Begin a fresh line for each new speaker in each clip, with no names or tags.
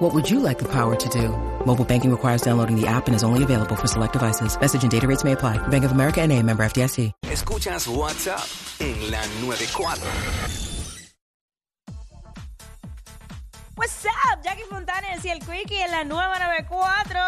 What would you like the power to do? Mobile banking requires downloading the app and is only available for select devices. Message and data rates may apply. Bank of America and a member FDIC.
Escuchas WhatsApp en la 94.
What's up, Jackie Fontanes y el Quickie en la nueva 94.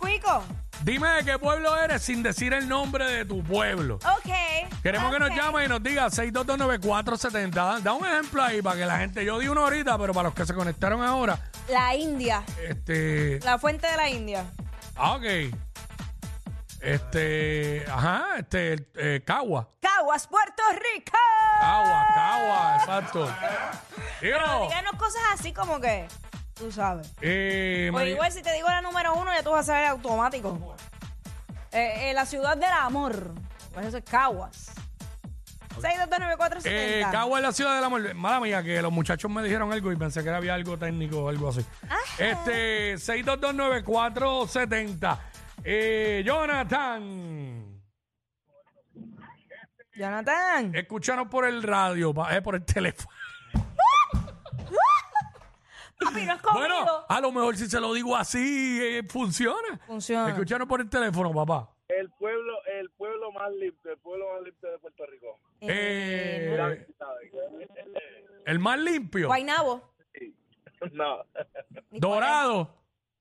Quico,
Dime de qué pueblo eres sin decir el nombre de tu pueblo.
ok.
Queremos que nos
ok.
llame y nos diga 6229470. Da un ejemplo ahí para que la gente. Yo di uno ahorita, pero para los que se conectaron ahora,
La India,
este.
la fuente de la India.
Ah, ok. Este. Ajá, este. eh, Cagua.
Caguas, Puerto Rico.
Cagua, Cagua, exacto. Digo,
Díganos cosas así como que, tú sabes.
eh,
O
Mari-
igual si te digo la número uno, ya tú vas a saber automático. Eh, eh, la ciudad del amor. Pues eso es Caguas. 6229470.
eh, Cagua es la ciudad de la muerte. Mala mía, que los muchachos me dijeron algo y pensé que había algo técnico o algo así. Este, 6229470. Eh, Jonathan,
Jonathan.
Eh, escúchanos por el radio, pa- eh, por el teléfono.
Papi, no es conmigo.
Bueno, a lo mejor si se lo digo así, eh, funciona.
Funciona.
Escúchanos por el teléfono, papá.
El pueblo, el pueblo más limpio, el pueblo más limpio de Puerto Rico.
Eh, el más limpio,
Guaynabo.
No,
dorado.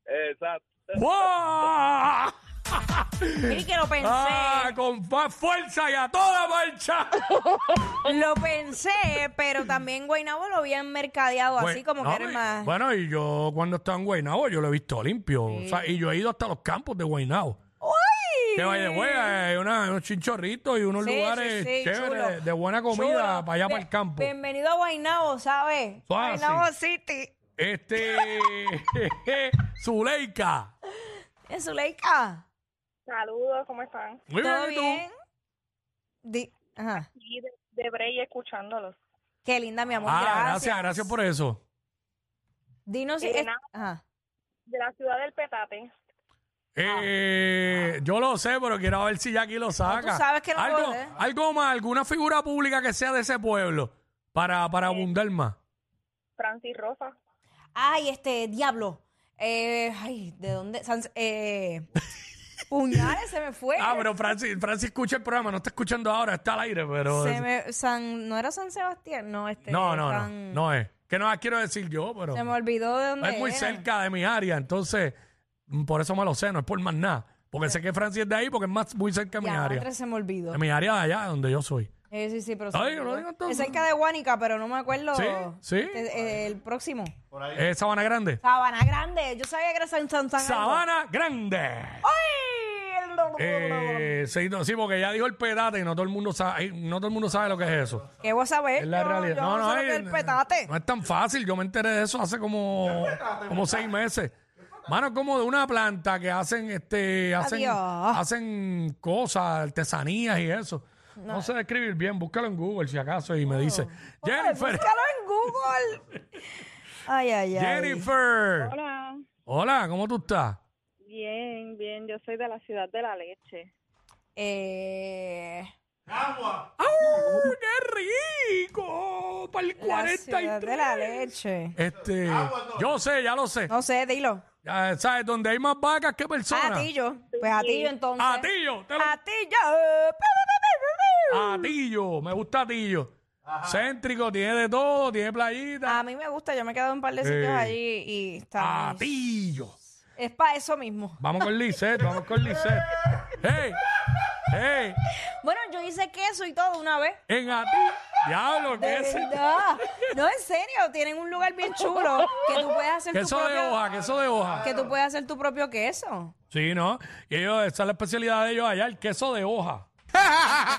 exacto.
¡Wow!
Mira que lo pensé.
Ah, con más fuerza y a toda marcha.
Lo pensé, pero también Guaynabo lo habían mercadeado así como
Bueno, Pues, no,
que era
y-
más.
Bueno, y yo cuando estaba en Guaynabo, yo lo he visto limpio. O sea, y yo he ido hasta los campos de Guaynabo.
¡Uy!
Que vaya, güey, hay una- unos chinchorritos y unos
Sí,
lugares
sí, sí,
chéveres
chulo.
de buena comida
Chulo.
para allá, para
Bien-
el campo.
Bienvenido a Guaynabo, ¿sabes?
Suave, sí.
Guaynabo City.
Este. Zuleika.
En Zuleika.
Saludos, ¿cómo están?
Muy
¿Todo
¿y tú?
bien? Di- Ajá.
Aquí de, de Brea escuchándolos.
Qué linda, mi amor.
Ah,
gracias.
gracias, gracias por eso.
Dinos si.
Eh,
es-
nada.
Ajá.
De la ciudad del Petate.
Eh, yo lo sé, pero quiero ver si Jackie lo saca.
sabes que Ah. no
algo,
lo sé.
algo más, alguna figura pública que sea de ese pueblo para,
Eh,
para abundar más.
Francis Rosa.
Ay, este, diablo. Eh, ay, ¿de dónde? San- eh, puñales, se me fue.
Ah, pero Francis, Francis escucha el programa, no está escuchando ahora, está al aire, pero...
Se me- San, ¿No era San Sebastián? No, este.
no, no, no,
San-
no es. Que no la quiero decir yo, pero...
Se me olvidó de dónde
Es muy
era.
cerca de mi área, entonces mm, por eso me lo sé, no es por más nada. Porque sé que Francis es de ahí porque es más muy cerca de mi
Ya,
área.
otra se me olvidó.
De mi área de allá, donde yo soy.
Eh, sí, sí, pero se me
Ay, yo lo
olvidó.
digo entonces.
Es cerca de Guánica, pero no me acuerdo.
Sí, sí.
eh, eh, el próximo.
¿Es Eh, Sabana Grande?
Sabana Grande. Yo sabía que era San San San. algo.
Sabana Grande.
¡Ay!
Eh, sí, no, sí, porque ya dijo el petate y no todo el mundo sabe, no todo el mundo sabe lo que es eso.
¿Qué voy a saber?
Es la
Yo-
realidad.
yo no, sé lo
es-
que es el petate.
no es tan fácil. Yo me enteré de eso hace como, como seis meses. Mano, es como de una planta que hacen este hacen,
Adiós.
hacen cosas, artesanías y eso. No. sé describir bien, búscalo en Google si acaso y me dice,
Ay,
Jennifer,
Búscalo en Google. Ay, ay, ay.
Jennifer.
Hola.
Hola, ¿cómo tú estás?
Bien, bien. Yo soy de la ciudad de la leche.
Eh,
¡Ah, qué rico! Para el
la ciudad
43.
de la leche.
Este, yo sé, ya lo sé.
No sé, dilo.
Ya ¿Sabes? Donde hay más vacas que personas.
Atillo. Pues Atillo, entonces.
Atillo. te lo-
Atillo.
Atillo. Me gusta Atillo. Céntrico, tiene de todo, tiene playita.
A mí me gusta, yo me he quedado en un par de sitios
Eh,
allí y está. nice.
Atillo.
Es para eso mismo.
Vamos con Lisette, vamos con Lisette. ¡Hey! ¡Hey!
Bueno, yo hice queso y todo una vez.
En Atillo. Diablo,
De
¿qué es
verdad. No, en serio, tienen un lugar bien chulo que tú puedes hacer tu
Queso de
propio
hoja, queso de hoja.
que tú puedes hacer tu propio queso.
Sí, ¿no? Y ellos, esa es la especialidad de ellos allá, el queso de hoja.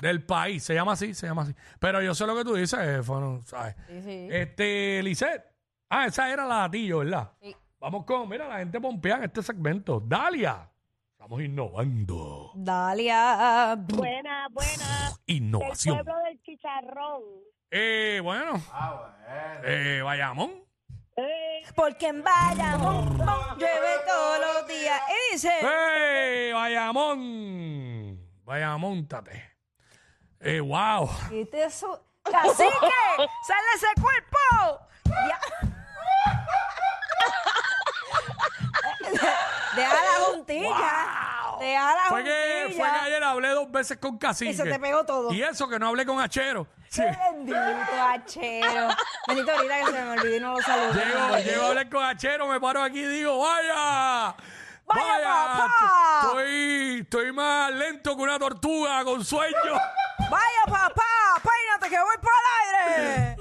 Del país, se llama así, se llama así. Pero yo sé lo que tú dices, eh, Fono, ¿sabes? Este, Lisette. Ah, esa era la de Atillo, ¿verdad?
Sí.
Vamos con, mira, la gente pompea en este segmento. Dalia. Estamos innovando.
Dalia.
Buena, buena.
Innovación.
del chicharrón.
Eh, bueno. Eh, Bayamón.
Eh,
Porque en Bayamón llueve todos los días. Y dice...
Eh. ¡Ey! Bayamón. Bayamón, tate. Eh, wow.
Quite eso. Este ¡Cacique! ¡Sale ese cuerpo! Ya. Deja la juntilla.
Wow.
Deja la
Fue que, fue que
juntilla.
ayer hablé dos veces con Cacique.
Y se te pegó todo.
Y eso que no hablé con Achero. Sí.
Qué bendito, achero. Bendito ahorita que se me olvidó y no lo saludé.
Llego, llego a hablar con Achero, me paro aquí y digo, ¡vaya!
¡Vaya,
¡Vaya!
papá!
Estoy, estoy más lento que una tortuga con sueño.
¡Vaya, papá! ¡Peínate que voy para el aire!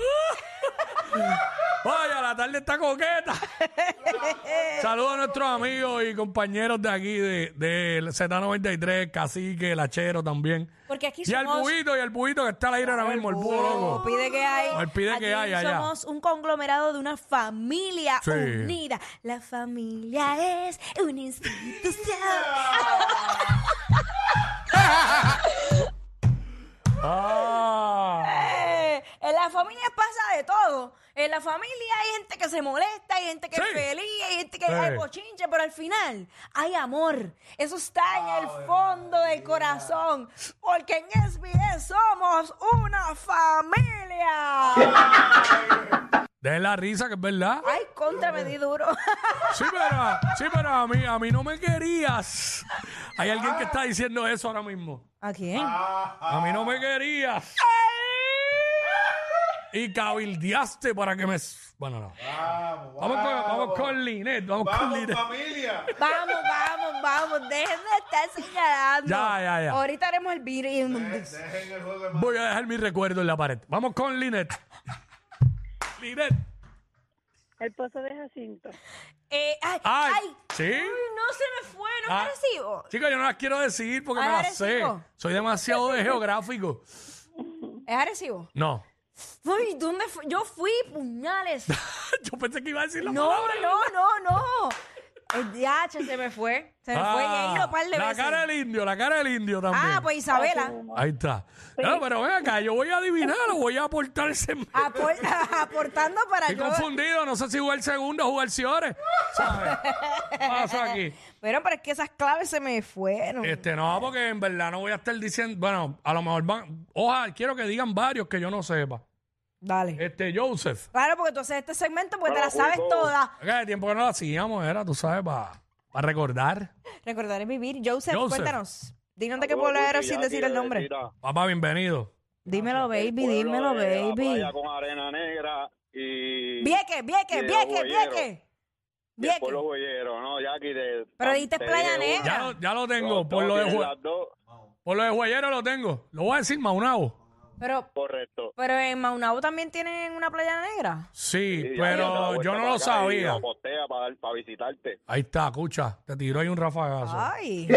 ¡Vaya, la tarde está coqueta! Saludos a nuestros amigos y compañeros de aquí, de, del Z93, Cacique, Lachero también.
Porque aquí
Y al
somos-
buito, y al buito que está al aire ahora mismo, el búho
Oh,
loco.
pide que hay.
Al pide que
Aquí
hay allá.
Somos un conglomerado de una familia
Sí.
unida. La familia es una institución.
¡Ah!
Eh, en la familia pasa de todo. En la familia hay gente que se molesta, hay gente que es
Sí.
feliz, hay gente que
Sí.
hay bochinche, pero al final hay amor. Eso está en el fondo del corazón. Porque en SBS somos una familia.
De la risa, que es verdad.
Ay, contra, me di duro.
Sí, pero, sí, pero a, mí, a mí no me querías. Hay alguien que está diciendo eso ahora mismo.
¿A quién?
A mí no me querías. Y cabildeaste para que me... s- Bueno, no. Vamos con, vamos con Linet, vamos, con Linet.
familia!
Vamos, vamos, vamos. Dejen de estar señalando.
Ya, ya, ya.
Ahorita haremos el video.
Dejen el juego de
Voy a dejar mi recuerdo en la pared. Vamos con Linet. Linet.
El pozo de Jacinto.
Eh, ay,
Ay,
ay.
¿sí?
Uy, no se me fue, no
Ah.
me recibo.
Chicos, yo no las quiero decir porque
Ah,
no las
eres
sé.
chico.
Soy demasiado de geográfico.
¿Es agresivo?
No.
Uy, ¿dónde fue? Yo fui, puñales.
yo pensé que iba a decir la
No,
palabra.
no, no, no. El DH se me fue. Se me fue y he ido un par de
Ah, la
veces.
cara del indio, la cara del indio también.
ah, pues Isabela.
Ahí está. No, pero ven acá, yo voy a adivinar o voy a aportar ese... Estoy
Aporta- aportando para Ah, yo.
confundido, no sé si jugar segundo o jugar Ciores. ¿Sabes? ¿Qué pasa aquí?
Pero, pero es que esas claves se me fueron.
Este, no, porque en verdad no voy a estar diciendo... Bueno, a lo mejor van... Ojalá, quiero que digan varios que yo no sepa.
Dale.
Este, Joseph.
Claro, porque tú haces este segmento porque te
No,
la sabes
no.
toda.
Acá de tiempo que no lo hacíamos, era, tú sabes, para recordar.
Recordar es vivir. Joseph,
Joseph.
cuéntanos. Dinos de qué pueblo eres sin decir el nombre.
Papá, bienvenido.
Dímelo, baby, dímelo, baby.
con arena negra y...
Vieque, vieque,
y de
vieque,
Ojo
vieque.
Y el
Vieque.
pueblo joyero, ¿no? Jackie de...
Pero dijiste Playa Negra.
Ya, lo- ya lo tengo, por lo de...
juego.
jue- Por lo de Guayero lo tengo. Lo voy a decir Maunao.
Pero,
Correcto.
pero en Maunabo también tienen una playa negra.
Sí,
Sí, ya, ya,
pero
ya,
yo no
para
lo
acá y
sabía.
lo postea para, para visitarte.
Ahí está, escucha. Te tiró ahí un rafagazo.
Ay.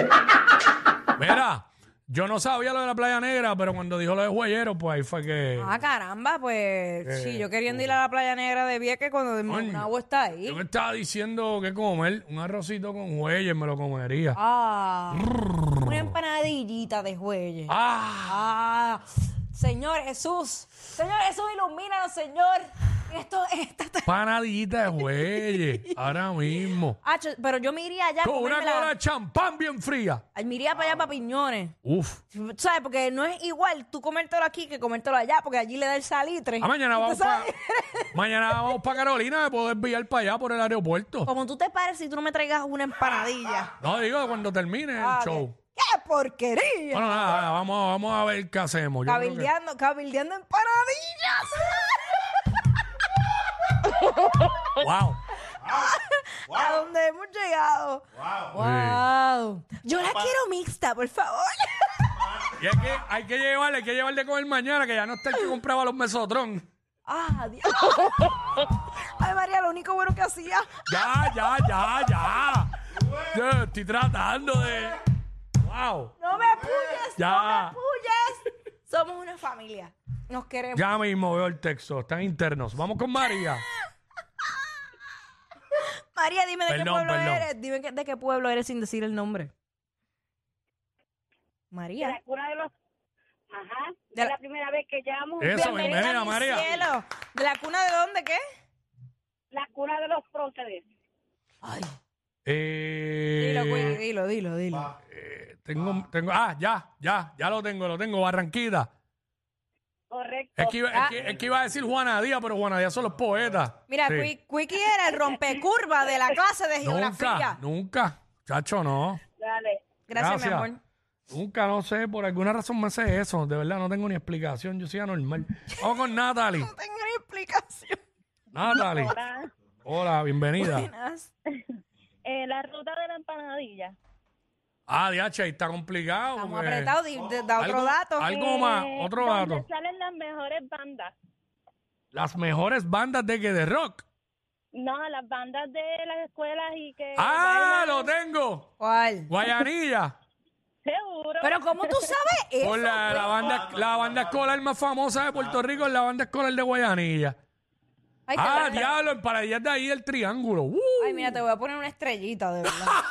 Mira, yo no sabía lo de la Playa Negra, pero cuando dijo lo de Guayero, pues ahí fue que...
Ah, caramba, pues
Eh,
sí, yo queriendo ir a la playa negra de Vieques cuando el
Coño,
Maunabo está ahí.
Yo me estaba diciendo que comer un arrocito con jueyes me lo comería.
Ah, una empanadillita de jueyes.
¡Ah!
Ah, Señor Jesús. Señor Jesús, ilumínanos, Señor. Esto, esta, esta-
Panadita de jueyes. ahora mismo.
Ah, cho- pero yo me iría allá. a
Con una
comérmela.
cola de champán bien fría.
Ay, Me iría para allá para piñones.
Uf.
¿Sabes? Porque no es igual tú comértelo aquí que comértelo allá, porque allí le da el salitre.
Ah, mañana vamos para...
¿Sabes?
mañana vamos para Carolina, me puedo desviar para allá por el aeropuerto.
Como tú te pares si tú no me traigas una empanadilla.
No, digo, cuando termine el
Ah,
show.
¡Qué porquería!
Bueno, nada, nada, vamos, vamos a ver qué hacemos. Yo creo que-
Cabildeando, cabildeando empanadillas.
Wow.
¿A dónde hemos llegado? ¡Wow! Yo la quiero mixta, por favor.
Y es que hay que llevarle, hay que llevarle con él mañana, que ya no está el que compraba los mesotrón.
¡Ah, Dios! Ay, María, lo único bueno que hacía.
Ya, ya, ya, ya. Yo estoy tratando de. Wow.
¡No me puyes!
Ya.
¡No me puyes! Somos una familia. Nos queremos.
Ya mismo veo el texto, están internos. Vamos con María.
María, dime de qué
Perdón,
pueblo
perdón.
eres. Dime que- de qué pueblo eres sin decir el nombre.
De
María.
la cuna de los... Ajá,
De
de
la-
la primera vez que llamo.
Eso,
Bienvenida
bienvenida,
a mi
María.
cielo. ¿De la cuna de dónde qué?
La cuna de los próceres.
Ay.
Eh,
Dilo, Quickie, dilo, dilo, dilo.
eh, tengo, tengo, ah, ya, ya, ya lo tengo, lo tengo, Barranquita.
Correcto.
Es que, iba-
Ah.
es que- es que iba a decir Juana Díaz, pero Juana Díaz son los poetas.
Mira,
Sí.
Qui- Quickie era el rompecurva de la clase de
Nunca,
geografía.
nunca. Chacho, no.
Dale.
Gracias, mi
Gracias.
amor.
Nunca, no sé, por alguna razón me sé eso. De verdad, no tengo ni explicación. Yo soy anormal. Vamos con Natalie.
No tengo ni explicación.
Natalie.
Ah,
Hola, bienvenida.
Buenas.
eh, la ruta de la empanadilla.
Ah, DH, ahí está complicado.
Estamos
porque-
apretados. di- de- Da otro
algo-
dato.
Algo más,
Eh,
otro
donde
dato.
salen las mejores bandas?
Las mejores bandas de que de rock.
No, las bandas de las escuelas y
Eh,
que...
Ah, lo
bailan.
tengo.
¿Cuál?
Guayanilla.
Seguro.
Pero ¿cómo tú sabes eso?
Por la, la banda, la banda escolar más famosa de Puerto Rico es la banda escolar de Guayanilla.
Ay, te voy
Ah,
a-
diablo, en Paradillas de ahí el triángulo. ¡Uh!
Ay, mira, te voy a poner una estrellita, de verdad.